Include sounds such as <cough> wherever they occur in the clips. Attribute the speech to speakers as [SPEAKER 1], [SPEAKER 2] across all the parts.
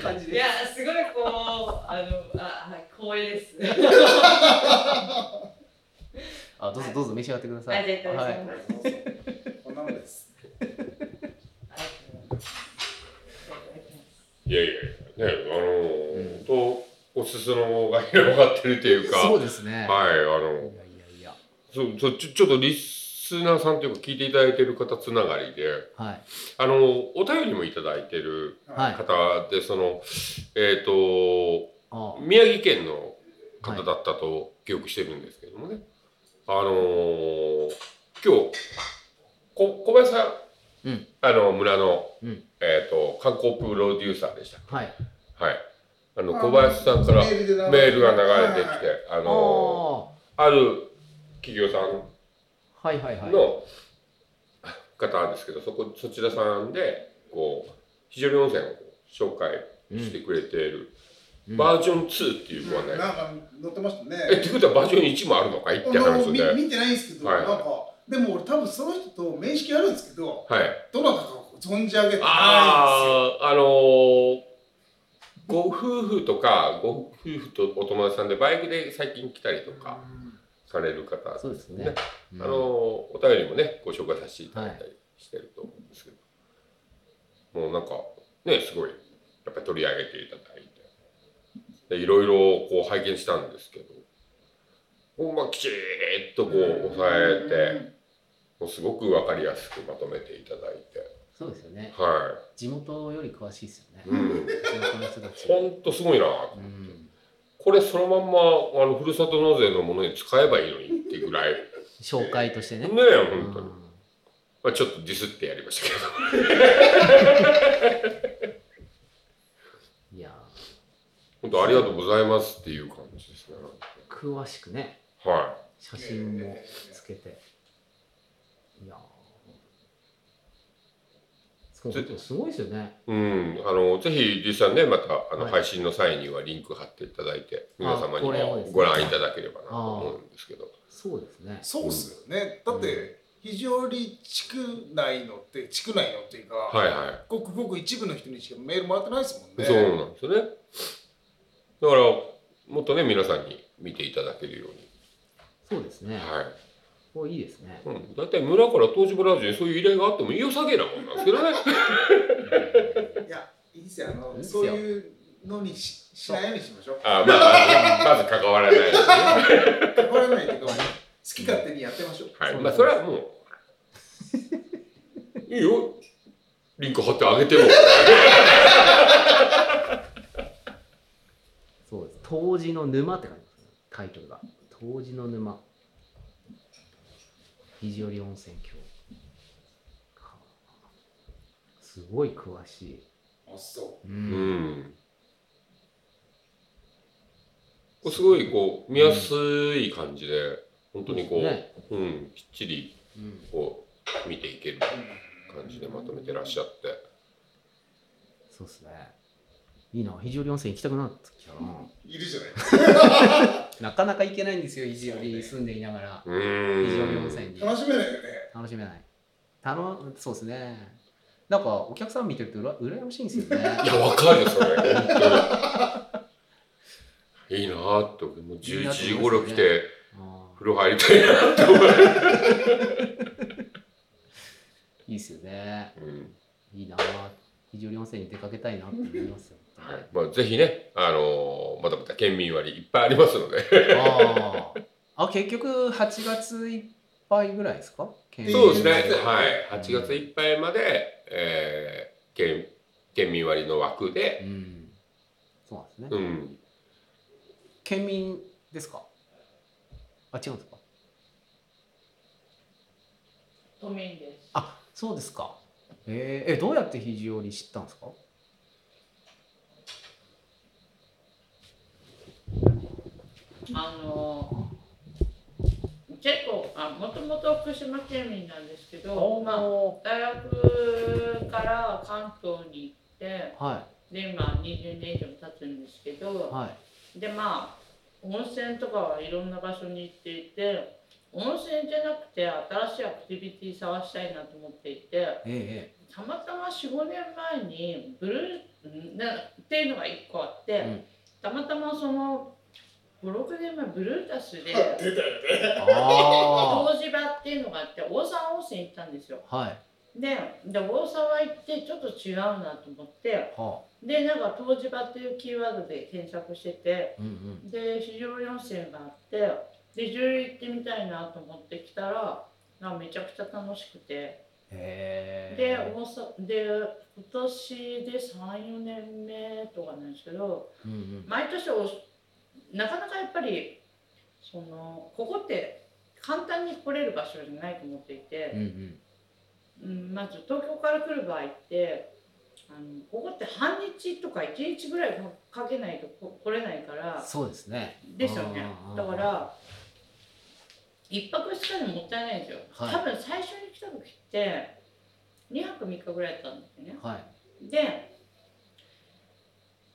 [SPEAKER 1] 感じ
[SPEAKER 2] い
[SPEAKER 1] で
[SPEAKER 2] や、すごいこう、あの、あ、はい、光栄です。
[SPEAKER 1] あどうぞどうぞ召し上がってください
[SPEAKER 2] ありがとうございます
[SPEAKER 1] は
[SPEAKER 3] こんなもんです。
[SPEAKER 4] いやいや、ね、あのー、本当、おすすのが広がってるっていうか、
[SPEAKER 1] そうですね、
[SPEAKER 4] はい、あ
[SPEAKER 1] い、
[SPEAKER 4] の、
[SPEAKER 1] やいやいや
[SPEAKER 4] そう、そう、ちょ、ちょっとリスナーさんというか、聞いていただいてる方つながりで、
[SPEAKER 1] はい
[SPEAKER 4] あの、お便りもいただいてる
[SPEAKER 1] はい
[SPEAKER 4] 方で、その、えっ、と、
[SPEAKER 1] あ
[SPEAKER 4] 宮城県の方だったと記憶してるんですけどもね、あのー、今日、こ小林さん、
[SPEAKER 1] うん
[SPEAKER 4] あの、村の、
[SPEAKER 1] うん
[SPEAKER 4] えっ、と、観光プロデューサーでした。
[SPEAKER 1] はい
[SPEAKER 4] はい。あの小林さんからメ
[SPEAKER 3] ルで
[SPEAKER 4] ールが流れてきて、あ
[SPEAKER 1] あ
[SPEAKER 4] のある企業さん
[SPEAKER 1] ーはいはいはい
[SPEAKER 4] の方ですけど、そこそちらさんでこう非常に温泉を紹介してくれている、
[SPEAKER 1] うん
[SPEAKER 4] バージョン2っていうご案
[SPEAKER 3] な
[SPEAKER 4] 内。
[SPEAKER 3] んか載ってましたね。
[SPEAKER 4] えってことはバージョン1もあるのかいって
[SPEAKER 3] あの
[SPEAKER 4] 話
[SPEAKER 3] み
[SPEAKER 4] で、はい。
[SPEAKER 3] 見てないんですけど、
[SPEAKER 4] は
[SPEAKER 3] な
[SPEAKER 4] い
[SPEAKER 3] んかでも俺多分その人と面識あるんですけど、どなたかを存じ上げてないんで
[SPEAKER 4] あああのーご夫婦とかご夫婦とお友達さんでバイクで最近来たりとかされる方
[SPEAKER 1] そうですね、
[SPEAKER 4] あ
[SPEAKER 1] うん
[SPEAKER 4] のお便りもねご紹介させていただいたりしてると思うんですけど、もうなんかねすごいやっぱり取り上げていただいてでいろいろこう拝見したんですけどほんまきちっとこう抑えてもうすごく分かりやすくまとめていただいて
[SPEAKER 1] そうですよね
[SPEAKER 4] は
[SPEAKER 1] 地元より詳しいですよね
[SPEAKER 4] い、うん、
[SPEAKER 1] 地元の人たち
[SPEAKER 4] ほんとすごいな
[SPEAKER 1] うん
[SPEAKER 4] これそのまんまあのふるさと納税のものに使えばいいのにっていうぐらいね
[SPEAKER 1] 紹介として
[SPEAKER 4] え
[SPEAKER 1] ねう
[SPEAKER 4] 本当に、
[SPEAKER 1] ん
[SPEAKER 4] まあ、ちょっとディスってやりましたけど
[SPEAKER 1] いや
[SPEAKER 4] 本当ありがとうございますっていう感じですね。
[SPEAKER 1] 詳しくね
[SPEAKER 4] は
[SPEAKER 1] 写真もつけていやーそう
[SPEAKER 4] ぜ
[SPEAKER 1] すごいですよね
[SPEAKER 4] い。うん、あのぜひリスさんねまたあの、
[SPEAKER 1] はい
[SPEAKER 4] 配信の際にはリンク貼っていただいて皆様に
[SPEAKER 1] これをで
[SPEAKER 4] も
[SPEAKER 1] すね
[SPEAKER 4] ご覧いただければなと思うんですけど。
[SPEAKER 1] そうですね
[SPEAKER 3] すよ。そうっすよね。だって非常に地区内のって地区内のっていうか、
[SPEAKER 4] はいは
[SPEAKER 3] ごくごく一部の人にしかメールもらってないですもん
[SPEAKER 4] い。
[SPEAKER 3] ね。
[SPEAKER 4] そうなんですよね。だからもっとね皆さんに見ていただけるように。
[SPEAKER 1] そうですね
[SPEAKER 4] はい。
[SPEAKER 1] これいいですね
[SPEAKER 4] うん。だいたい村から東芝ラジオにそういう依頼があってもいいよさげなもんなんですけどね。
[SPEAKER 3] いやいいっすよ。あ
[SPEAKER 1] いいっ
[SPEAKER 3] の
[SPEAKER 1] すよ
[SPEAKER 3] そういうのにししないようにしましょう。
[SPEAKER 4] あまあまず関わらないですね。
[SPEAKER 3] 関わらないけど好き勝手にやってましょう。
[SPEAKER 4] はい。
[SPEAKER 1] そうで
[SPEAKER 4] まあ
[SPEAKER 1] す
[SPEAKER 4] それはもういいよ。リンク貼ってあげても。
[SPEAKER 1] そうです当時の沼って書いてますねタイトルが当時の沼肘折温泉郷はあすごい詳しい、
[SPEAKER 3] あそう。
[SPEAKER 1] う
[SPEAKER 4] うんん。これすごいこう見やすい感じで、本当にこう、
[SPEAKER 1] ね
[SPEAKER 4] うん、きっちり
[SPEAKER 1] うん
[SPEAKER 4] こう見ていける感じでまとめてらっしゃって。
[SPEAKER 1] そうですねいいな肘折温泉行きたくなってきたない
[SPEAKER 3] るじゃない。
[SPEAKER 1] なかなか行けないんですよ肘折住んでいながら
[SPEAKER 4] うーん。
[SPEAKER 1] 肘折温泉に
[SPEAKER 3] 楽しめないよね。
[SPEAKER 1] 楽しめない楽そうですねなんかお客さん見てるとうら羨ましいんですよね
[SPEAKER 4] いや、わかるよ、それ。本当に。いいなーって、俺も
[SPEAKER 1] いいなっ
[SPEAKER 4] 11
[SPEAKER 1] て思い
[SPEAKER 4] 時
[SPEAKER 1] ますよね
[SPEAKER 4] 頃来て、
[SPEAKER 1] あー
[SPEAKER 4] 風呂入りたいな。
[SPEAKER 1] いいですよね
[SPEAKER 4] うん。
[SPEAKER 1] いいなぁ肘折温泉に出かけたいなって思いますよ
[SPEAKER 4] はい。まあ、ぜひね、あのーまだまだ県民割いっぱいありますので。
[SPEAKER 1] あーあ結局8月いっぱいぐらいですか県民
[SPEAKER 4] そうですね、
[SPEAKER 3] うん
[SPEAKER 4] はい、8月いっぱいまで、えー、県県民割の枠で、
[SPEAKER 1] うんそうなんですね、
[SPEAKER 4] うん、
[SPEAKER 1] 県民ですかあ違うんですか
[SPEAKER 2] 都民です。
[SPEAKER 1] あそうですかえー、えどうやって肘折知ったんですか
[SPEAKER 2] あの結構あもともと福島県民なんですけど、まあ、
[SPEAKER 1] お
[SPEAKER 2] 大学から関東に行って
[SPEAKER 1] ーは
[SPEAKER 2] で今20年以上経つんですけ
[SPEAKER 1] い
[SPEAKER 2] ど
[SPEAKER 1] はい
[SPEAKER 2] でまあ温泉とかはいろんな場所に行っていて温泉じゃなくて新しいアクティビティ探したいなと思っていて
[SPEAKER 1] ええ
[SPEAKER 2] たまたま45年前にブルーうんなっていうのが一個あって、
[SPEAKER 1] うん
[SPEAKER 2] たまたまその56年前ブルータスで
[SPEAKER 3] 出たよね。
[SPEAKER 1] <laughs> あ
[SPEAKER 2] 湯治場っていうのがあって大沢温泉行ったんですよ
[SPEAKER 1] あ。はい。
[SPEAKER 2] でで大沢行ってちょっと違うなと思って
[SPEAKER 1] は
[SPEAKER 2] でなんか湯治場っていうキーワードで検索してて
[SPEAKER 1] あ。うんうん。
[SPEAKER 2] で非常温泉があってで重流行ってみたいなと思ってきたらなんかめちゃくちゃ楽しくて
[SPEAKER 1] へ
[SPEAKER 2] で
[SPEAKER 1] え。
[SPEAKER 2] 大沢で今年で34年目とかなんですけど
[SPEAKER 1] うんうん。
[SPEAKER 2] 毎年おなかなかやっぱりそのここって簡単に来れる場所じゃないと思ってい
[SPEAKER 1] うんう
[SPEAKER 2] て、
[SPEAKER 1] ん。
[SPEAKER 2] うん、まず東京から来る場合ってあのここって半日とか1日ぐらいかけないとこ来れないから
[SPEAKER 1] そうですね。
[SPEAKER 2] ですよね
[SPEAKER 1] あー
[SPEAKER 2] だから一泊したのもったいないんですよ、
[SPEAKER 1] はい
[SPEAKER 2] 多分最初に来た時って2泊3日ぐらいだったんですよね
[SPEAKER 1] はい。
[SPEAKER 2] で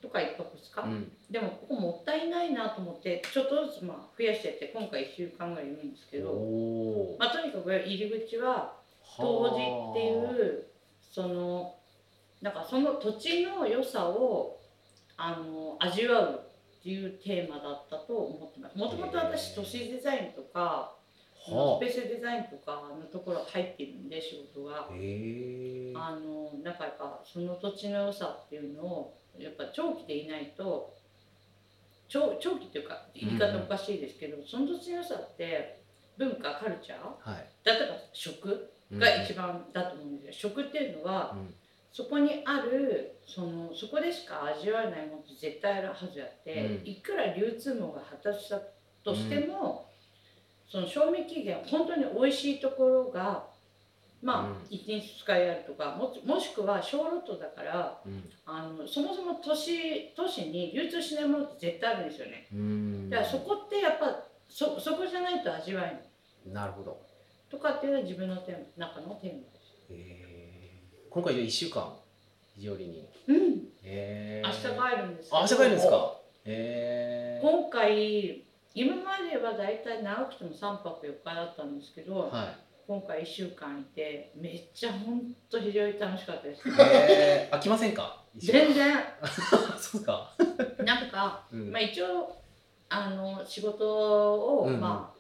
[SPEAKER 2] とか一泊2日、
[SPEAKER 1] うん。
[SPEAKER 2] でもここもったいないなと思ってちょっとずつまあ増やしてって今回1週間ぐらいいるんですけ
[SPEAKER 1] お
[SPEAKER 2] ど、
[SPEAKER 1] お。
[SPEAKER 2] まあ、とにかく入り口は
[SPEAKER 1] は
[SPEAKER 2] 当時
[SPEAKER 1] あ
[SPEAKER 2] っていうそのなんかその土地の良さをあの味わうっていうテーマだったと思ってますもともと私都市デザインとかス
[SPEAKER 1] は
[SPEAKER 2] ペースデザインとかのところ入ってるんで仕事が
[SPEAKER 1] あ。。へえ。
[SPEAKER 2] あのなんかやっぱその土地の良さっていうのをやっぱ長期でいないと長長期っていうか言い方おかしいですけど、その土地の良さって文化カルチャー
[SPEAKER 1] はい。
[SPEAKER 2] だったら食
[SPEAKER 1] うん
[SPEAKER 2] が一番だと思うんですよ、食っていうのは
[SPEAKER 1] うん
[SPEAKER 2] そこにあるそのそこでしか味わえないものって絶対あるはずやって、
[SPEAKER 1] うん
[SPEAKER 2] いくら流通網が果たしたとしても、その賞味期限本当に美味しいところがま
[SPEAKER 1] う
[SPEAKER 2] あ、一1日使いあるとかももしくは小ロットだから
[SPEAKER 1] うん。
[SPEAKER 2] あのそもそも都市都市に流通しないものって絶対あるんですよね。
[SPEAKER 1] うん。
[SPEAKER 2] だからそこってやっぱそそこじゃないと味わえない
[SPEAKER 1] なるほど。
[SPEAKER 2] とかっていうのは自分のテーマ中のテーマです。
[SPEAKER 1] へー今回じゃあ一週間日和に。
[SPEAKER 2] うん、
[SPEAKER 1] へー
[SPEAKER 2] 明日帰るんですけど
[SPEAKER 1] あ明日帰るんですか。へえ。
[SPEAKER 2] 今回今まではだいたい長くても3泊4日だったんですけど、
[SPEAKER 1] は
[SPEAKER 2] 今回1週間いてめっちゃほんと非常に楽しかったです
[SPEAKER 1] <laughs> い。へえ。飽きませんか。一週間
[SPEAKER 2] 全。然
[SPEAKER 1] <laughs> そうか。
[SPEAKER 2] なんか、
[SPEAKER 1] うん
[SPEAKER 2] まあ、一応あの仕事を、
[SPEAKER 1] うんうん
[SPEAKER 2] ま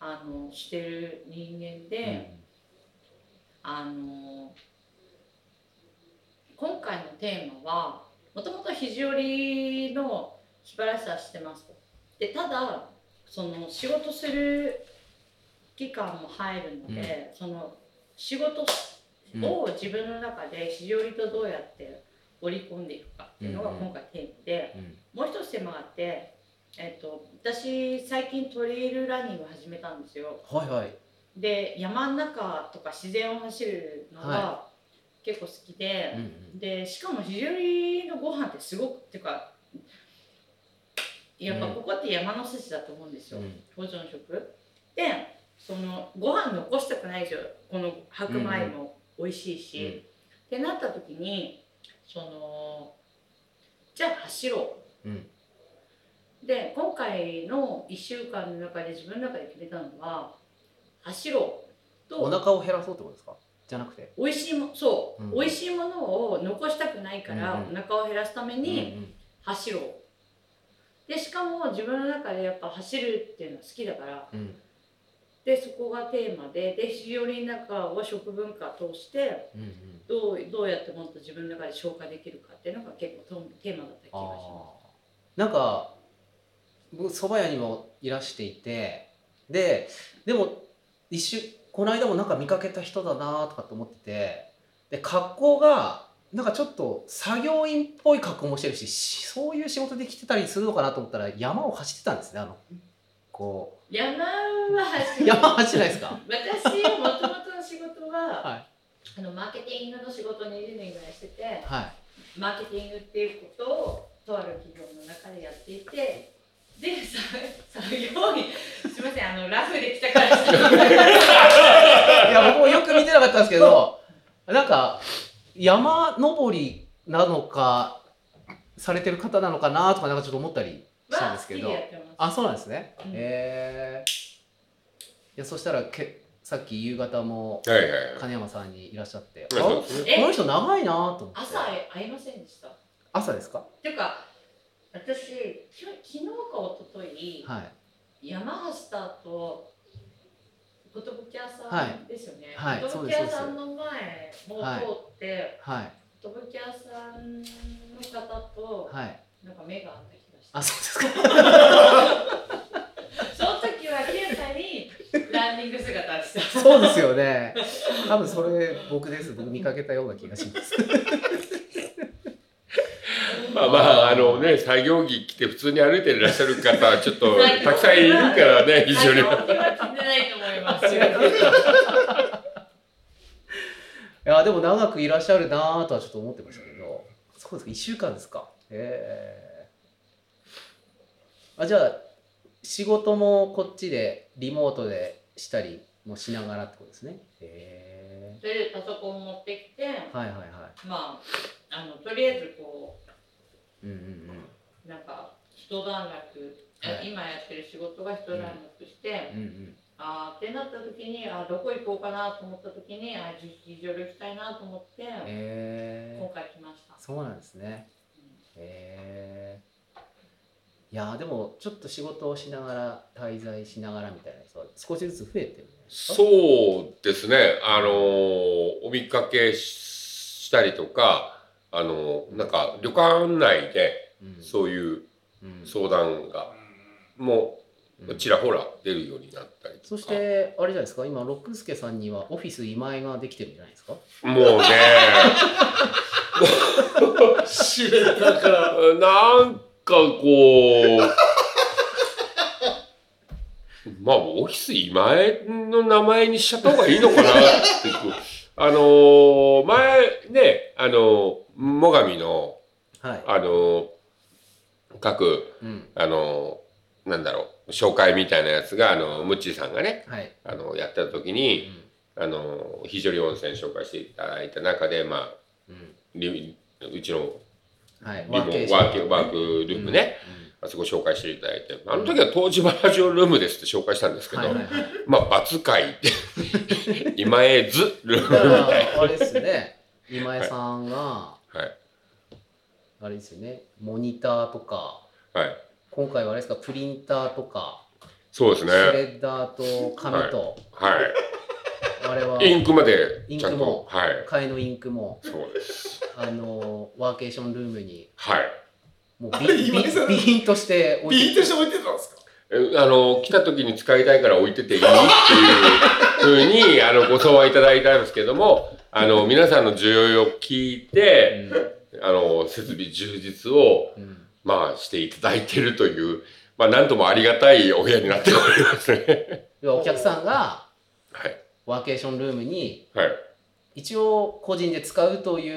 [SPEAKER 2] あ、あのしてる人間で、あの今回のテーマはもともと肘折りの素晴らしさは知ってますとでただその仕事する期間も入るので、その仕事
[SPEAKER 1] うん
[SPEAKER 2] を自分の中で肘折りとどうやって織り込んでいくかっていうのが今回テーマで。
[SPEAKER 1] うん
[SPEAKER 2] もう一つ手間があって、えっと、私最近トレイルランニング始めたんですよ
[SPEAKER 1] はいはい。
[SPEAKER 2] で山の中とか自然を走るのが
[SPEAKER 1] は
[SPEAKER 2] 結構好き
[SPEAKER 1] う
[SPEAKER 2] で
[SPEAKER 1] ん、うん。
[SPEAKER 2] でしかも肘折のご飯ってすごくっていうかやっぱ
[SPEAKER 1] うん
[SPEAKER 2] ここって山の筋だと思うんですよ、
[SPEAKER 1] うん
[SPEAKER 2] 保存食でそのご飯残したくないですよこの白米も美味しいし、ってなった時にそのじゃあ走ろう
[SPEAKER 1] うん
[SPEAKER 2] で今回の1週間の中で自分の中で決めたのは走ろう
[SPEAKER 1] お
[SPEAKER 2] と
[SPEAKER 1] 腹を減らそうってことですか。じゃなくて。
[SPEAKER 2] 美味しいもそう、
[SPEAKER 1] うん
[SPEAKER 2] 美味しいものを残したくないから、
[SPEAKER 1] うんう
[SPEAKER 2] お腹を減らすために
[SPEAKER 1] うん
[SPEAKER 2] 走ろうでしかも自分の中でやっぱ走るっていうのは好きだから
[SPEAKER 1] うん。うん
[SPEAKER 2] でそこがテーマでで日和の中を食文化通して
[SPEAKER 1] うんうん。
[SPEAKER 2] どうどうやってもっと自分の中で消化できるかっていうのが結構とテーマだった気がします
[SPEAKER 1] あーなんか僕蕎麦屋にもいらしていてででも一瞬この間もなんか見かけた人だなとかって思っててで格好がなんかちょっと作業員っぽい格好もしてるししそういう仕事で来てたりするのかなと思ったら山を走ってたんですねあのこ
[SPEAKER 2] 山は走
[SPEAKER 1] う
[SPEAKER 2] る
[SPEAKER 1] <laughs> 山走らないですか
[SPEAKER 2] 私もともとの仕事は、
[SPEAKER 1] は
[SPEAKER 2] あのマーケティングの仕事を20年ぐらいしてて
[SPEAKER 1] はい
[SPEAKER 2] マーケティングっていうことをとある企業の中でやっていてで <laughs> さ作業員すみませんあのラフで来たからしたら
[SPEAKER 1] いや僕もよく見てなかったんですけどなんか山登りなのかされてる方なのかなとかなんかちょっと思ったりしたん
[SPEAKER 2] は
[SPEAKER 1] で
[SPEAKER 2] 好
[SPEAKER 1] す
[SPEAKER 2] き
[SPEAKER 1] け
[SPEAKER 2] で
[SPEAKER 1] ど
[SPEAKER 2] やってます
[SPEAKER 1] あそうなんですね、
[SPEAKER 2] うん
[SPEAKER 1] へえいやそしたらけさっき夕方も
[SPEAKER 4] はいはいはい。
[SPEAKER 1] 金山さんにいらっしゃって、
[SPEAKER 4] そうですね
[SPEAKER 1] あこの人長いなと思って
[SPEAKER 2] 朝会いませんでした
[SPEAKER 1] 朝ですか
[SPEAKER 2] ていうか私きょ昨日か一昨日
[SPEAKER 1] はい
[SPEAKER 2] 山橋さんと寿屋
[SPEAKER 1] は
[SPEAKER 2] さ
[SPEAKER 1] い
[SPEAKER 2] んですよね
[SPEAKER 1] はいそう
[SPEAKER 2] 寿
[SPEAKER 1] です
[SPEAKER 2] 屋さんの前を
[SPEAKER 1] はい
[SPEAKER 2] 通って
[SPEAKER 1] はい
[SPEAKER 2] 寿屋さんの方と
[SPEAKER 1] はい
[SPEAKER 2] なんか目が合った気がして
[SPEAKER 1] あそうですか
[SPEAKER 2] その時は健太にランニング姿してた
[SPEAKER 1] そうですよね多分それ僕です僕見かけたような気がします
[SPEAKER 4] まあまああのね作業着着て普通に歩いていらっしゃる方はちょっとたくさんいるからね非常に
[SPEAKER 2] 最近は聞いてないと思いますよ
[SPEAKER 1] いやでも長くいらっしゃるなぁとはちょっと思ってましたけどそうですか1週間ですかええあじゃあ仕事もこっちでリモートでしたりもしながらってことですねへ
[SPEAKER 2] それでパソコン持ってきて
[SPEAKER 1] えはいはいは
[SPEAKER 2] まああのとりあえずこ
[SPEAKER 1] いうんうんうん
[SPEAKER 2] うなんか一段落、
[SPEAKER 1] はい
[SPEAKER 2] 今やってる仕事が一段落して、
[SPEAKER 1] うんうん
[SPEAKER 2] あーってなった時にあーどこ行こうかなと思った時にあー劇場行きたいなと思って、
[SPEAKER 1] え
[SPEAKER 2] 今回来ました
[SPEAKER 1] そうなんですねへえいやーでもちょっと仕事をしながら滞在しながらみたいな人は少しずつ増えてるんじゃないですか
[SPEAKER 4] そうですねあのお見かけしたりとかあのなんか旅館内で
[SPEAKER 1] うん
[SPEAKER 4] そういう
[SPEAKER 1] うん
[SPEAKER 4] 相談がも
[SPEAKER 1] う
[SPEAKER 4] うんちらほら出るようになったりとか
[SPEAKER 1] そしてあれじゃないですか今六輔さんにはオフィス今井ができてるんじゃないですか
[SPEAKER 4] もうね
[SPEAKER 3] 知れたから。
[SPEAKER 4] なんかこうまあオフィス今江の名前にしちゃった方がいいのかなっていう <laughs> あのー前ねあのー最上の
[SPEAKER 1] はい、
[SPEAKER 4] あのー各
[SPEAKER 1] うん、
[SPEAKER 4] あのーなんだろう紹介みたいなやつがあのームッチーさんがね
[SPEAKER 1] はい、
[SPEAKER 4] あのーやってた時
[SPEAKER 1] う
[SPEAKER 4] に
[SPEAKER 1] ん
[SPEAKER 4] あのー非常に温泉紹介していただいた中でまあ
[SPEAKER 1] うん、
[SPEAKER 4] リうちの
[SPEAKER 1] はい
[SPEAKER 4] リボンワー
[SPEAKER 1] ション
[SPEAKER 4] クワークルームね、あそこ紹介していただいて、あの時は東芝ラジオルームですって紹介したんですけ
[SPEAKER 1] うん
[SPEAKER 4] ど、
[SPEAKER 1] はいはいはい
[SPEAKER 4] まあ、罰会 <laughs> って、今江図ルー
[SPEAKER 1] だか
[SPEAKER 4] ム。
[SPEAKER 1] らあれ
[SPEAKER 4] <laughs>
[SPEAKER 1] ですね今井さんが、
[SPEAKER 4] はい。
[SPEAKER 1] あれですよねモニターとか
[SPEAKER 4] はい。
[SPEAKER 1] 今回はあれですかプリンターとか、
[SPEAKER 4] そうです
[SPEAKER 1] シ
[SPEAKER 4] ね。
[SPEAKER 1] ュレッダーと紙と、
[SPEAKER 4] は。
[SPEAKER 1] あれはい
[SPEAKER 4] インクまで、ちゃ
[SPEAKER 1] インク
[SPEAKER 4] ん
[SPEAKER 1] も
[SPEAKER 4] と。はい。
[SPEAKER 1] 替えのインクも
[SPEAKER 4] そうです。
[SPEAKER 1] あのワーケーションルームに
[SPEAKER 4] はい。
[SPEAKER 1] もう
[SPEAKER 3] あ
[SPEAKER 1] ビ
[SPEAKER 3] れ今井さん
[SPEAKER 1] ビビーンとして置
[SPEAKER 3] ピー
[SPEAKER 1] い
[SPEAKER 3] ン
[SPEAKER 1] て
[SPEAKER 3] として置いてたんですか
[SPEAKER 4] えあの、来た時に使いたいから置いてていいっていうふうに、 <laughs> あの、ご相談いただいたんですけども、あの、皆さんの需要を聞いて、あの、設備充実を、
[SPEAKER 1] うんうん
[SPEAKER 4] まあ、していただいてるという、まあ、なんともありがたいお部屋になっておりま
[SPEAKER 1] <laughs>
[SPEAKER 4] すね。
[SPEAKER 1] 要はお客さんが
[SPEAKER 4] はい。
[SPEAKER 1] ワーケーションルームに
[SPEAKER 4] はい。
[SPEAKER 1] 一応個人で使うとい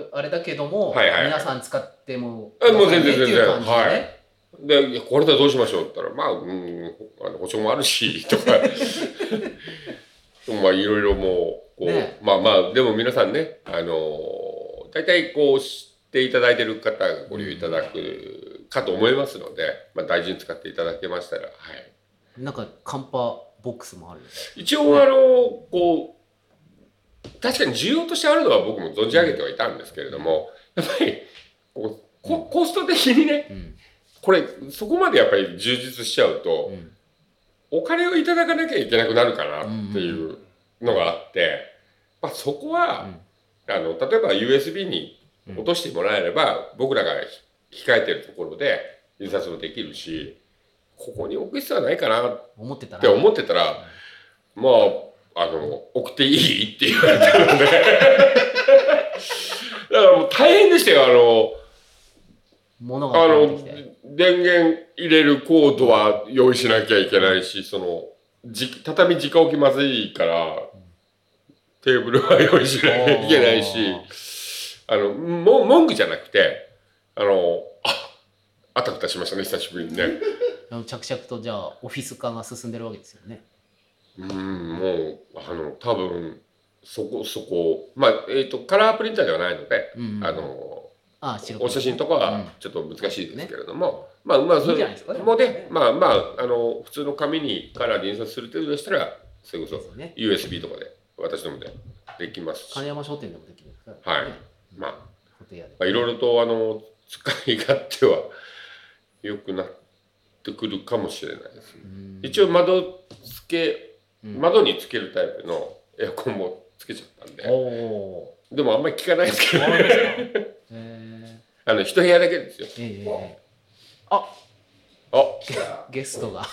[SPEAKER 1] うあれだけども、
[SPEAKER 4] はいはいはい
[SPEAKER 1] 皆さん使っても
[SPEAKER 4] えもう
[SPEAKER 1] くださいね
[SPEAKER 4] 全然
[SPEAKER 1] っていう感じでね
[SPEAKER 4] 全然で、いやこれでどうしましょうって言ったら、まあ、うん、あの保証もあるし、 <laughs> とか。まあ、いろいろもう、こう、
[SPEAKER 1] ね
[SPEAKER 4] まあまあ、でも皆さんね、あのー大体こう、知っていただいてる方がご利用いただくかと思いますので、まあ、大事に使っていただけましたら、はい。
[SPEAKER 1] なんかカンパボックスもあるよね
[SPEAKER 4] 一応あのこう確かに需要としてあるのは僕も存じ上げてはいたんですけれどもやっぱりこうココスト的にね
[SPEAKER 1] うん
[SPEAKER 4] これそこまでやっぱり充実しちゃうと
[SPEAKER 1] うん
[SPEAKER 4] お金をいただかなきゃいけなくなるかなっていうのがあって、まあ、そこはあの例えば USB に落としてもらえれば僕らが控えてるところで印刷もできるしここに置く必要はないかなっ
[SPEAKER 1] 思ってたら
[SPEAKER 4] って思ってたら、まあ、あの、送っていいって言われたので。 <laughs> だからもう大変でしたよ、
[SPEAKER 1] 物が
[SPEAKER 4] あの、あ
[SPEAKER 1] 入って
[SPEAKER 4] の
[SPEAKER 1] きて、
[SPEAKER 4] 電源入れるコードは用意しなきゃいけないし、その、じ畳直置きまずいから、テーブルは用意しなきゃいけないし、あの、も文句じゃなくて、あの、あ、あたふたしましたね、久しぶりにね。
[SPEAKER 1] あの着々とじゃあオフィス化が進んでるわけですよね
[SPEAKER 4] うん、もう、あの、多分、そこそこ、まあ、えっ、と、カラープリンターではないので、
[SPEAKER 1] うん
[SPEAKER 4] あの、
[SPEAKER 1] あ白
[SPEAKER 4] お写真とか
[SPEAKER 1] うん
[SPEAKER 4] はちょっと難しいですけれども、まあ、まあ、
[SPEAKER 1] いいんじゃないですかね
[SPEAKER 4] もね、まあまあ、あの、普通の紙にカラーで印刷する程度でしたら、それこ
[SPEAKER 1] で
[SPEAKER 4] そ
[SPEAKER 1] すよね
[SPEAKER 4] USB とかで、私どもでできますし、
[SPEAKER 1] 金山商店でもできるんですから
[SPEAKER 4] はい
[SPEAKER 1] ね
[SPEAKER 4] まあ、
[SPEAKER 1] ホテプレイヤーで
[SPEAKER 4] まあ、いろいろとあの使い勝手は良くなってくるかもしれないですね、
[SPEAKER 1] うん
[SPEAKER 4] 一応窓付け
[SPEAKER 1] うん
[SPEAKER 4] 窓につけるタイプのエアコンも <laughs> つけちゃったんで
[SPEAKER 1] おお
[SPEAKER 4] でもあんまり効かないですけ <laughs> ど
[SPEAKER 1] へえ
[SPEAKER 4] <laughs> あの一部屋だけですよ
[SPEAKER 1] ええええ
[SPEAKER 4] あ
[SPEAKER 1] ゲストが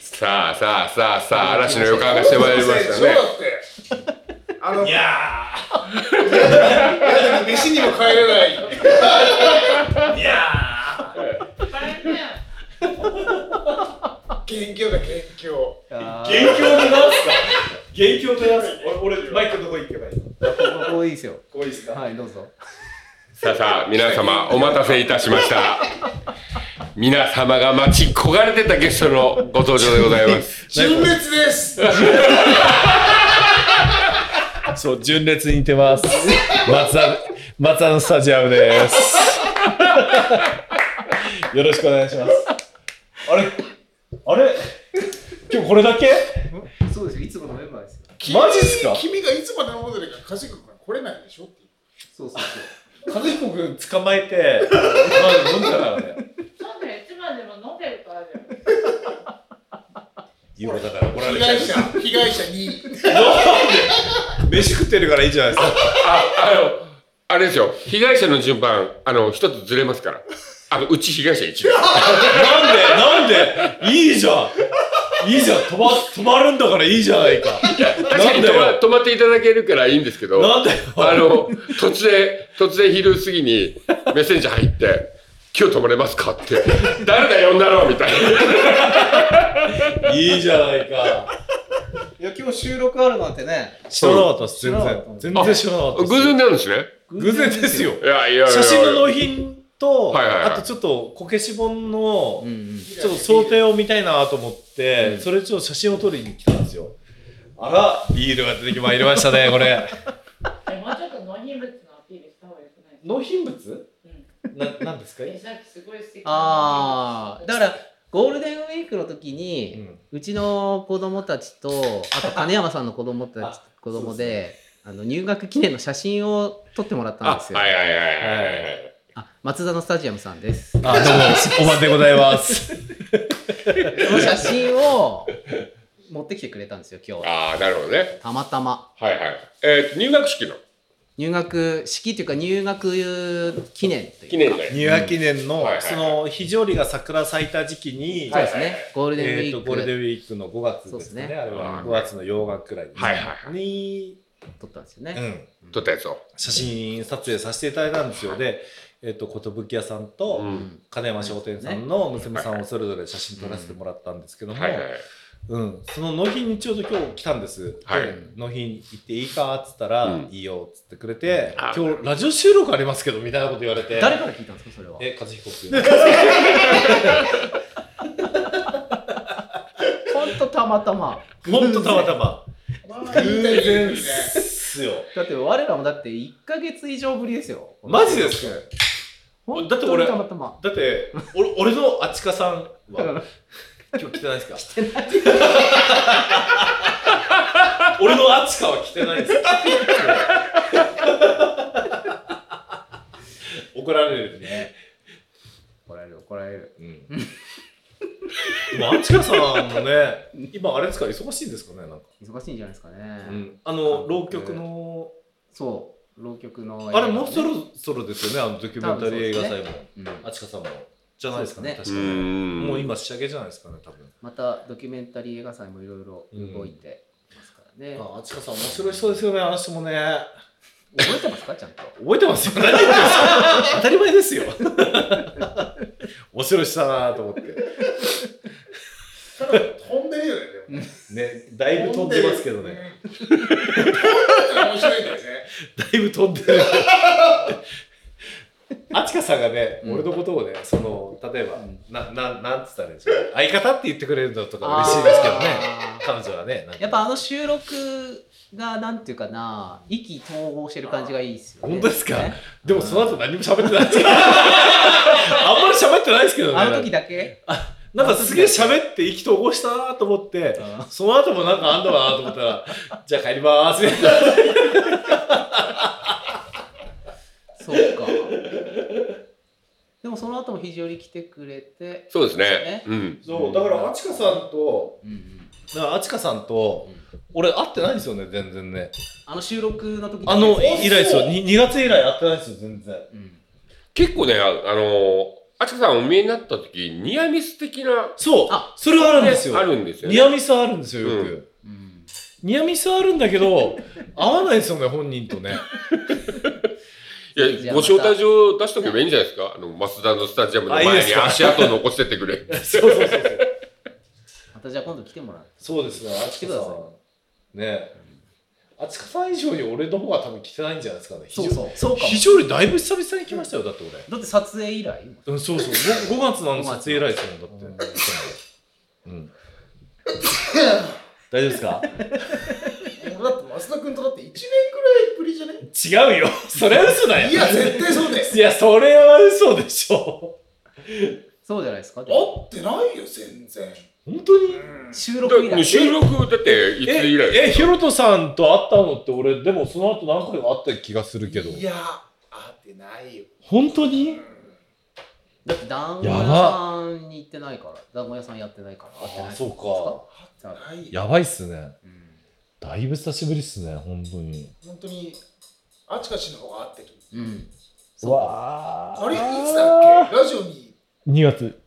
[SPEAKER 4] さあさあさあさあ嵐の予感がしてまいりましたね
[SPEAKER 3] そうだって。あの、いや
[SPEAKER 5] や
[SPEAKER 3] だけど飯にも帰れない。
[SPEAKER 5] ーいや
[SPEAKER 3] 元凶だ、元凶。
[SPEAKER 5] ー
[SPEAKER 1] あ
[SPEAKER 5] 元
[SPEAKER 1] ー
[SPEAKER 5] 凶ってなんすか元凶ってなんすか俺俺マイクどこ行けばいいのこ
[SPEAKER 1] こここいいですよ
[SPEAKER 5] こいいっすか
[SPEAKER 1] はいどうぞ
[SPEAKER 4] さあさあ皆様お待たせいたしました皆様が待ち焦がれてたゲストのご登場でございます
[SPEAKER 3] 純烈です。
[SPEAKER 6] そう、純烈に似てます。松田、松田のスタジアムです。よろしくお願いします。あれあれ今日これだけ
[SPEAKER 1] そうですよいつものメンバーですよ
[SPEAKER 6] マジっすか
[SPEAKER 3] 君がいつまでも飲んでるから、かじくから来れないでしょっていう。
[SPEAKER 1] そうそうそ
[SPEAKER 6] 和彦君捕まえて、まあ、飲んだか
[SPEAKER 2] な
[SPEAKER 6] らね。
[SPEAKER 2] んでいつまでも飲んでるからじゃん
[SPEAKER 6] 言わだから怒ら
[SPEAKER 3] 被
[SPEAKER 6] れちゃ
[SPEAKER 3] 害者、被害者
[SPEAKER 4] <laughs>
[SPEAKER 3] に。
[SPEAKER 6] う。飯食ってるからいいじゃないです
[SPEAKER 4] あ
[SPEAKER 6] か。
[SPEAKER 4] のあれですよ被害者の順番あの一つずれますからあのうち被害者一名
[SPEAKER 6] なんでなんでいいじゃんいいじゃん止ま止まるんだからいいじゃないか。
[SPEAKER 4] 確かに
[SPEAKER 6] なんだ
[SPEAKER 4] 止ま
[SPEAKER 6] よ
[SPEAKER 4] 止まっていただけるからいいんですけど、
[SPEAKER 6] なんだよ
[SPEAKER 4] あの、突然、突然昼過ぎにメッセンジャー入って、今日泊まれますかって、誰だよ呼んだろうみたいな。
[SPEAKER 6] いいじゃないか。
[SPEAKER 1] ういや今日収録あるなんてね
[SPEAKER 6] 知らなかったっす、全
[SPEAKER 1] 知らなかった
[SPEAKER 6] 然。全然知らなかったっす。
[SPEAKER 4] 偶然なんですね。
[SPEAKER 6] 偶然です
[SPEAKER 4] い
[SPEAKER 6] よ。
[SPEAKER 4] やいやいや。
[SPEAKER 6] 写真の納品と、
[SPEAKER 4] はいはいはい
[SPEAKER 6] あとちょっとこけし本の
[SPEAKER 1] うんうん
[SPEAKER 6] ちょっと想定を見たいなと思って、それちょっと写真を撮りに来たんですよあらビールが出てきまいりましたねこれ
[SPEAKER 2] えもうちょっと納品物のアピールした方がよくない
[SPEAKER 6] 納品物
[SPEAKER 2] うん
[SPEAKER 6] ななんですか
[SPEAKER 2] えさっきすごい素敵な
[SPEAKER 1] ああだからゴールデンウィークの時に、
[SPEAKER 6] うん
[SPEAKER 1] うちの子供たちとあと金山さんの子供たち子供
[SPEAKER 6] そう
[SPEAKER 1] で
[SPEAKER 6] で
[SPEAKER 1] あの入学記念の写真を撮ってもらったん
[SPEAKER 4] あ、
[SPEAKER 1] ですよ。
[SPEAKER 4] はいはいはいはいはい
[SPEAKER 6] は
[SPEAKER 1] あ松田のスタジアムさんです。
[SPEAKER 6] <laughs> あどうもお待でございます <laughs>
[SPEAKER 1] その写真を持ってきてくれたんですよ今日
[SPEAKER 4] ああ、なるほどね。
[SPEAKER 1] たまたま
[SPEAKER 4] はいはい。えーと、入学式の
[SPEAKER 1] 入学式というか入学記念というか
[SPEAKER 4] 記念会。
[SPEAKER 6] 入学記念の、
[SPEAKER 4] うんはいはいはい
[SPEAKER 6] その非常理が桜咲いた時期に、
[SPEAKER 1] そうですね、
[SPEAKER 4] はいはい
[SPEAKER 1] ゴールデンウ
[SPEAKER 6] え
[SPEAKER 1] ィ
[SPEAKER 6] ー、と
[SPEAKER 1] ー
[SPEAKER 6] ゴールデ
[SPEAKER 1] ク
[SPEAKER 6] ンウィークの5月ですかね
[SPEAKER 1] そうですね
[SPEAKER 6] あれは
[SPEAKER 4] うん
[SPEAKER 6] 5月の8月くらいに,、
[SPEAKER 4] はいはいは
[SPEAKER 6] に
[SPEAKER 1] 撮ったんですよね。
[SPEAKER 6] うん、
[SPEAKER 4] 撮ったやつを。
[SPEAKER 6] 写真撮影させていただいたんですよで、えっと寿屋さんと、
[SPEAKER 4] うん。
[SPEAKER 6] 金山商店さんの娘さんをそれぞれ写真撮らせてもらったんですけども、
[SPEAKER 4] はいはい。
[SPEAKER 6] うん、その納品にちょうど今日来たんです、
[SPEAKER 4] はい
[SPEAKER 6] で納品行っていいかっつったら、
[SPEAKER 4] うん
[SPEAKER 6] いいよっつってくれて、
[SPEAKER 4] あ
[SPEAKER 6] 今日ラジオ収録ありますけどみたいなこと言われて
[SPEAKER 1] 誰から聞いたんですかそれは。
[SPEAKER 6] え和彦君
[SPEAKER 4] <laughs>
[SPEAKER 1] ほんとたまたま。
[SPEAKER 6] ほんとたまたま
[SPEAKER 3] まあ、
[SPEAKER 6] 偶
[SPEAKER 3] 言いたいけど
[SPEAKER 6] 然
[SPEAKER 3] ね
[SPEAKER 6] っすよ
[SPEAKER 1] だって我らもだって1ヶ月以上ぶりですよ。
[SPEAKER 6] マジですか
[SPEAKER 1] 本
[SPEAKER 6] だって俺
[SPEAKER 1] 当にたまたま。
[SPEAKER 6] だってお俺のあちかさん
[SPEAKER 1] だか
[SPEAKER 6] は
[SPEAKER 1] ら
[SPEAKER 6] 今日来てないですか来てない俺のあちかは来てないです怒られるね
[SPEAKER 1] 怒られる怒られる。
[SPEAKER 6] うん。でも、あちかさんもね、今あれですか、忙しいんですかね、なんか。
[SPEAKER 1] 忙しいんじゃないですかね。
[SPEAKER 6] うん、あの、浪曲の、
[SPEAKER 1] そう、浪曲の映画
[SPEAKER 6] あ
[SPEAKER 1] ね、
[SPEAKER 6] れもうそろそろですよね、あのドキュメンタリー映画祭も、
[SPEAKER 1] うん
[SPEAKER 6] あちかさんも。じゃないですかね、
[SPEAKER 1] そう
[SPEAKER 4] う
[SPEAKER 6] 確かに。
[SPEAKER 4] ん。
[SPEAKER 6] もう今仕上げじゃないですかね、多分。
[SPEAKER 1] またドキュメンタリー映画祭もいろいろ動いてますからね。
[SPEAKER 6] あちかさん面白い人ですよね、あの人もね。
[SPEAKER 1] 覚えてますかちゃんと。
[SPEAKER 6] 覚えてますよ。何言ってんですか当たり前ですよ。 <laughs> 面白い人だなと思って。
[SPEAKER 3] ただ飛んでるよね。でも
[SPEAKER 6] ね、だいぶ飛んでますけどね。。
[SPEAKER 3] うん飛んでるから面白いんだよね。
[SPEAKER 6] だいぶ飛んでる。 <laughs> あちかさんがね、
[SPEAKER 1] うん
[SPEAKER 6] 俺のことをね、その例えば、
[SPEAKER 1] うん
[SPEAKER 6] なななんつったらいいんですか、相方って言ってくれるのとか <laughs> 嬉しいですけどね、
[SPEAKER 1] あ
[SPEAKER 6] 彼女はね、なん
[SPEAKER 1] ー
[SPEAKER 6] か
[SPEAKER 1] やっぱあの収録がなんていうかな、意気投合してる感じがいいですよね。
[SPEAKER 6] 本当ですか
[SPEAKER 1] ね
[SPEAKER 6] でもその後何も喋って <laughs> ない。あんまり喋ってないですけどね、
[SPEAKER 1] あの時だけ
[SPEAKER 6] なんかすげえ喋って意気投合したなと思って、その後もなんかあんのかなと思った <laughs> ら、じゃあ帰りまーすみたいな。
[SPEAKER 1] 後も肘折来てくれて、
[SPEAKER 4] そうです
[SPEAKER 1] ね
[SPEAKER 4] ね。うん。
[SPEAKER 5] そうだからあちかさんと
[SPEAKER 1] うんうん
[SPEAKER 6] だからあちかさんと、俺会ってないですよね全然ね
[SPEAKER 1] あの収録の時に
[SPEAKER 6] あの
[SPEAKER 1] う
[SPEAKER 6] 以来ですよ 2, 月以来会ってないですよ全然
[SPEAKER 1] ん
[SPEAKER 4] 結構ね、ああのー、あちかさんお見えになった時、ニアミス的な、
[SPEAKER 6] そう
[SPEAKER 1] あ
[SPEAKER 6] それはあるんですよ
[SPEAKER 4] あるんですよね。
[SPEAKER 6] ニアミスはあるんですよよく、
[SPEAKER 4] うん
[SPEAKER 1] うん
[SPEAKER 6] ニアミスはあるんだけど合わないですよね本人とね
[SPEAKER 4] いや、ご招待状出しとけばいいんじゃないですか。あの、マスダのスタジアムの
[SPEAKER 6] あいいで
[SPEAKER 4] 前
[SPEAKER 6] す
[SPEAKER 4] に
[SPEAKER 6] か
[SPEAKER 4] 足跡残してってく
[SPEAKER 6] <laughs>
[SPEAKER 4] れ。
[SPEAKER 6] そうそうそうそう
[SPEAKER 1] またじゃあ今度来てもらう。
[SPEAKER 6] そうですねあ
[SPEAKER 1] 来てくださ
[SPEAKER 6] んねあちかさん以上に俺の方が多分来てないんじゃないですかね
[SPEAKER 1] そうそう。そうかも
[SPEAKER 6] 非。常にだいぶ久々に来ましたよだって俺
[SPEAKER 1] だって撮影以来
[SPEAKER 6] うん、そうそう、5, 月なの撮影以来ですもん、だ
[SPEAKER 1] うん
[SPEAKER 6] って。うん。大丈夫ですか
[SPEAKER 3] 俺だって増田君とだって1年くらいぶりじゃね
[SPEAKER 6] 違うよ。それは嘘だよ。
[SPEAKER 3] いや絶対そうだよ
[SPEAKER 6] いや、それは嘘でしょ。
[SPEAKER 1] そうじゃないですか。でも
[SPEAKER 3] 会ってないよ全然
[SPEAKER 6] 本当に
[SPEAKER 1] 収録以来。
[SPEAKER 4] 収録だって、いつ以来
[SPEAKER 6] え、えヒロトさんと会ったのって俺、でもその後何回か会った気がするけど。
[SPEAKER 3] いや会ってないよ
[SPEAKER 6] 本当に
[SPEAKER 1] だって団子屋
[SPEAKER 6] や
[SPEAKER 1] さんに行ってないから、団子屋さんやってないから。会って
[SPEAKER 6] あ
[SPEAKER 1] な
[SPEAKER 6] あ、
[SPEAKER 1] い
[SPEAKER 6] そうか。
[SPEAKER 1] じゃあ
[SPEAKER 3] ないよ
[SPEAKER 6] やばいっすね。
[SPEAKER 1] うん
[SPEAKER 6] だいぶ久しぶりっすね、本当に。
[SPEAKER 3] 本当にあちかしの方が会ってる
[SPEAKER 1] うん。
[SPEAKER 6] うわー
[SPEAKER 3] あれいつだっけラジオに
[SPEAKER 6] け ?2 月。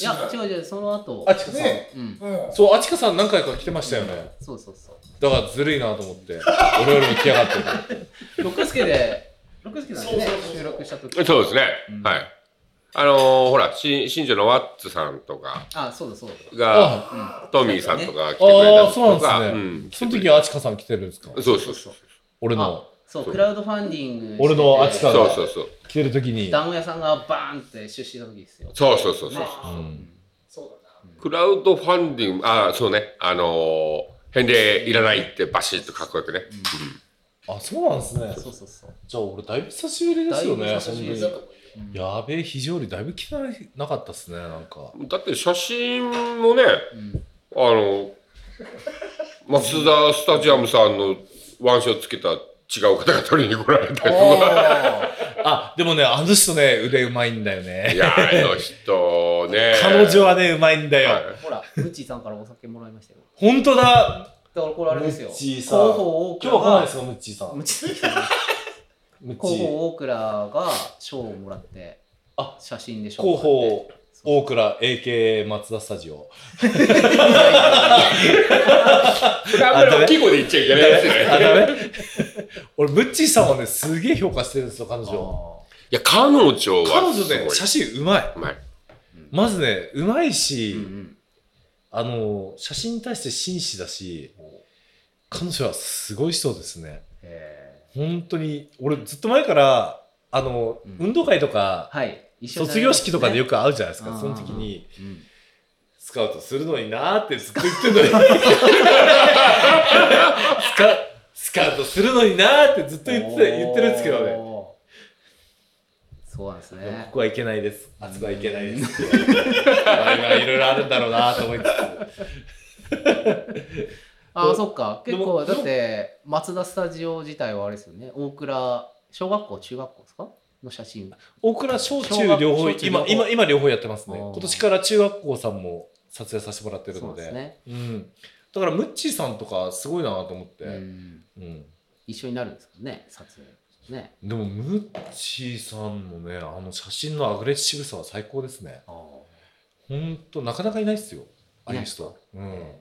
[SPEAKER 1] いや、違う違う、その後。
[SPEAKER 6] あちかさん。
[SPEAKER 3] ね
[SPEAKER 1] うん。
[SPEAKER 3] うん
[SPEAKER 6] そう、あちかさん何回か来てましたよね。
[SPEAKER 1] そうそうそう。
[SPEAKER 6] だからずるいなと思って。俺よりも来やがってと思って。
[SPEAKER 1] 六助で、六助なんでね
[SPEAKER 5] そうそうそう、そう
[SPEAKER 1] 収録した時。
[SPEAKER 4] そうですね。
[SPEAKER 1] うん
[SPEAKER 4] はい。あのー、ほら、し新庄のワッツさんとか
[SPEAKER 1] あ、そうだそうだ。
[SPEAKER 4] が、
[SPEAKER 1] う
[SPEAKER 4] トミーさんとか来てくれた
[SPEAKER 6] あーそう
[SPEAKER 4] と
[SPEAKER 6] な
[SPEAKER 4] か、
[SPEAKER 6] んですね
[SPEAKER 4] うん
[SPEAKER 6] その時はあちかさん来てるんですか
[SPEAKER 4] そうそうそう。
[SPEAKER 6] 俺
[SPEAKER 1] ん。あ
[SPEAKER 6] の。
[SPEAKER 1] そう、
[SPEAKER 4] そう
[SPEAKER 1] クラウドファンディングしてて。
[SPEAKER 6] 俺のあちか
[SPEAKER 4] そうそうそう。
[SPEAKER 6] 来てる時に。
[SPEAKER 1] 団子屋さんがバーンって出資した時ですよ。
[SPEAKER 4] そうそうそうそう。
[SPEAKER 6] うん
[SPEAKER 3] そうだな
[SPEAKER 4] クラウドファンディング、ああ、そうね。あのー、返礼いらないってバシッとかっこよくね。
[SPEAKER 6] あ、そうなんですね。
[SPEAKER 1] そうそうそう。
[SPEAKER 6] じゃあ俺だいぶ久しぶりですよね。
[SPEAKER 1] だいぶ久しぶり
[SPEAKER 3] な
[SPEAKER 6] 本
[SPEAKER 3] ん
[SPEAKER 6] 当
[SPEAKER 3] かこ
[SPEAKER 6] に
[SPEAKER 3] う
[SPEAKER 6] やべえ、非常にだいぶ来てなかったっすね、なんか。
[SPEAKER 4] だって写真もね、
[SPEAKER 1] うん
[SPEAKER 4] あの、マツダスタジアムさんのワンショットつけた違う方が取りに来られたりとか。
[SPEAKER 6] <laughs> あ、でもね、あの人ね、腕うまいんだよ
[SPEAKER 4] い
[SPEAKER 6] ね。
[SPEAKER 4] や、あの人ね。
[SPEAKER 6] 彼女はね、うまいんだよ。
[SPEAKER 1] ほら、ムッチーさんからお酒もらいましたよ。
[SPEAKER 6] 本当だ。
[SPEAKER 1] だからこれあれですよ。
[SPEAKER 6] ムッチーさん
[SPEAKER 1] 広報大
[SPEAKER 6] 今日は来ない
[SPEAKER 1] 倉
[SPEAKER 6] ですか、ムッチーさ
[SPEAKER 1] が、
[SPEAKER 6] ん。
[SPEAKER 1] ム
[SPEAKER 6] ム
[SPEAKER 1] ッチーさん
[SPEAKER 6] ッチ
[SPEAKER 1] <laughs> 広
[SPEAKER 6] ー。
[SPEAKER 1] 報大倉が賞をもらって、
[SPEAKER 6] あ
[SPEAKER 1] 写真で賞
[SPEAKER 6] 広
[SPEAKER 1] をもらって。
[SPEAKER 6] 報、大倉、AK 松田スタジオ。
[SPEAKER 4] あんまり大きい声で言っちゃいけないやつね。
[SPEAKER 6] あ、ダメ <laughs> 俺、ムッチーさんはね、すげえ評価してるんですよ、彼女。
[SPEAKER 1] あ
[SPEAKER 4] いや、彼女はすごい。
[SPEAKER 6] 彼女ね、写真うまい。
[SPEAKER 4] うまい。
[SPEAKER 6] まずね、うまい
[SPEAKER 1] ー
[SPEAKER 6] し、
[SPEAKER 1] うんうん
[SPEAKER 6] あの、写真に対して真摯だし、彼女はすごい人ですね。
[SPEAKER 1] へ
[SPEAKER 6] 本当に、俺ずっと前から、あの、
[SPEAKER 1] うん
[SPEAKER 6] 運動会と
[SPEAKER 1] ー
[SPEAKER 6] か、
[SPEAKER 1] はい。一緒にな
[SPEAKER 6] 卒
[SPEAKER 1] り
[SPEAKER 6] 業
[SPEAKER 1] ますね
[SPEAKER 6] 式とかでよく会うじゃないです
[SPEAKER 1] あ
[SPEAKER 6] か、
[SPEAKER 1] ー
[SPEAKER 6] その時に、
[SPEAKER 1] うん
[SPEAKER 6] スカウトするのになーってずっと言って
[SPEAKER 1] <laughs>
[SPEAKER 6] るのに。スカスカウトするのになーってずっと言ってて言ってるんですけどね。
[SPEAKER 1] おーそうなんです
[SPEAKER 6] でも
[SPEAKER 1] ね
[SPEAKER 6] こ。こはいけないです。あそこはいけない
[SPEAKER 1] <laughs>
[SPEAKER 6] です。まあ今いろいろあるんだろうなと思いつつ。
[SPEAKER 1] ああ、そっか。
[SPEAKER 6] で
[SPEAKER 1] 結
[SPEAKER 6] も
[SPEAKER 1] 構、だって、マツダスタジオ自体はあれですよね。大倉、小学校、中学校ですかの写真。
[SPEAKER 6] 大倉小
[SPEAKER 1] 小
[SPEAKER 6] 中
[SPEAKER 1] 学
[SPEAKER 6] 両方
[SPEAKER 1] 小中両
[SPEAKER 6] 今
[SPEAKER 1] 方
[SPEAKER 6] 今今両方やってますね。
[SPEAKER 1] あー
[SPEAKER 6] 今年から中学校さんも撮影させてもらってる
[SPEAKER 1] そう
[SPEAKER 6] ので。
[SPEAKER 1] ですね。
[SPEAKER 6] うん。だからムッチーさんとかすごいなと思って。
[SPEAKER 1] う
[SPEAKER 6] うん。
[SPEAKER 1] ん一緒になるんですかね、撮影。ね。
[SPEAKER 6] でもムッチーさんのねあの写真のアグレッシブさは最高ですね。
[SPEAKER 1] あ
[SPEAKER 6] 本当なかなかいないっすよああいう人、うん、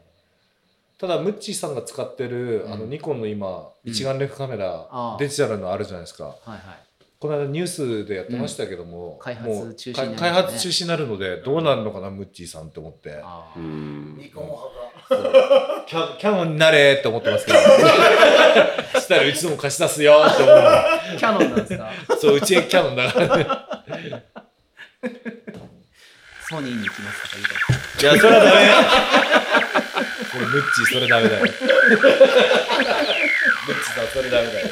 [SPEAKER 6] ただムッチーさんが使ってる、
[SPEAKER 1] うん
[SPEAKER 6] あのニコンの今
[SPEAKER 1] うん
[SPEAKER 6] 一眼レフカメラ、
[SPEAKER 1] あー
[SPEAKER 6] デジタルのあるじゃないですか
[SPEAKER 1] あはいはい。
[SPEAKER 6] この間ニュースでやってましたけども、
[SPEAKER 1] ん開発
[SPEAKER 6] もう
[SPEAKER 1] 中止になりましたね
[SPEAKER 6] 開発中止になるのでどうなるのかな、ムッチーさんって思って
[SPEAKER 1] あ
[SPEAKER 4] う
[SPEAKER 1] ー
[SPEAKER 4] ん。
[SPEAKER 3] ニコン派が
[SPEAKER 6] キャキャノンになれって思ってますけどしたらうちのも貸し出すよって思う
[SPEAKER 1] キャノンなんですか
[SPEAKER 6] そううちキャノンだからね
[SPEAKER 1] ソニーに行きますとかいいかも
[SPEAKER 6] いやそれはダメ <laughs> よこれ <laughs> ムッチーそれダメだよムッチーさんそれダメだよ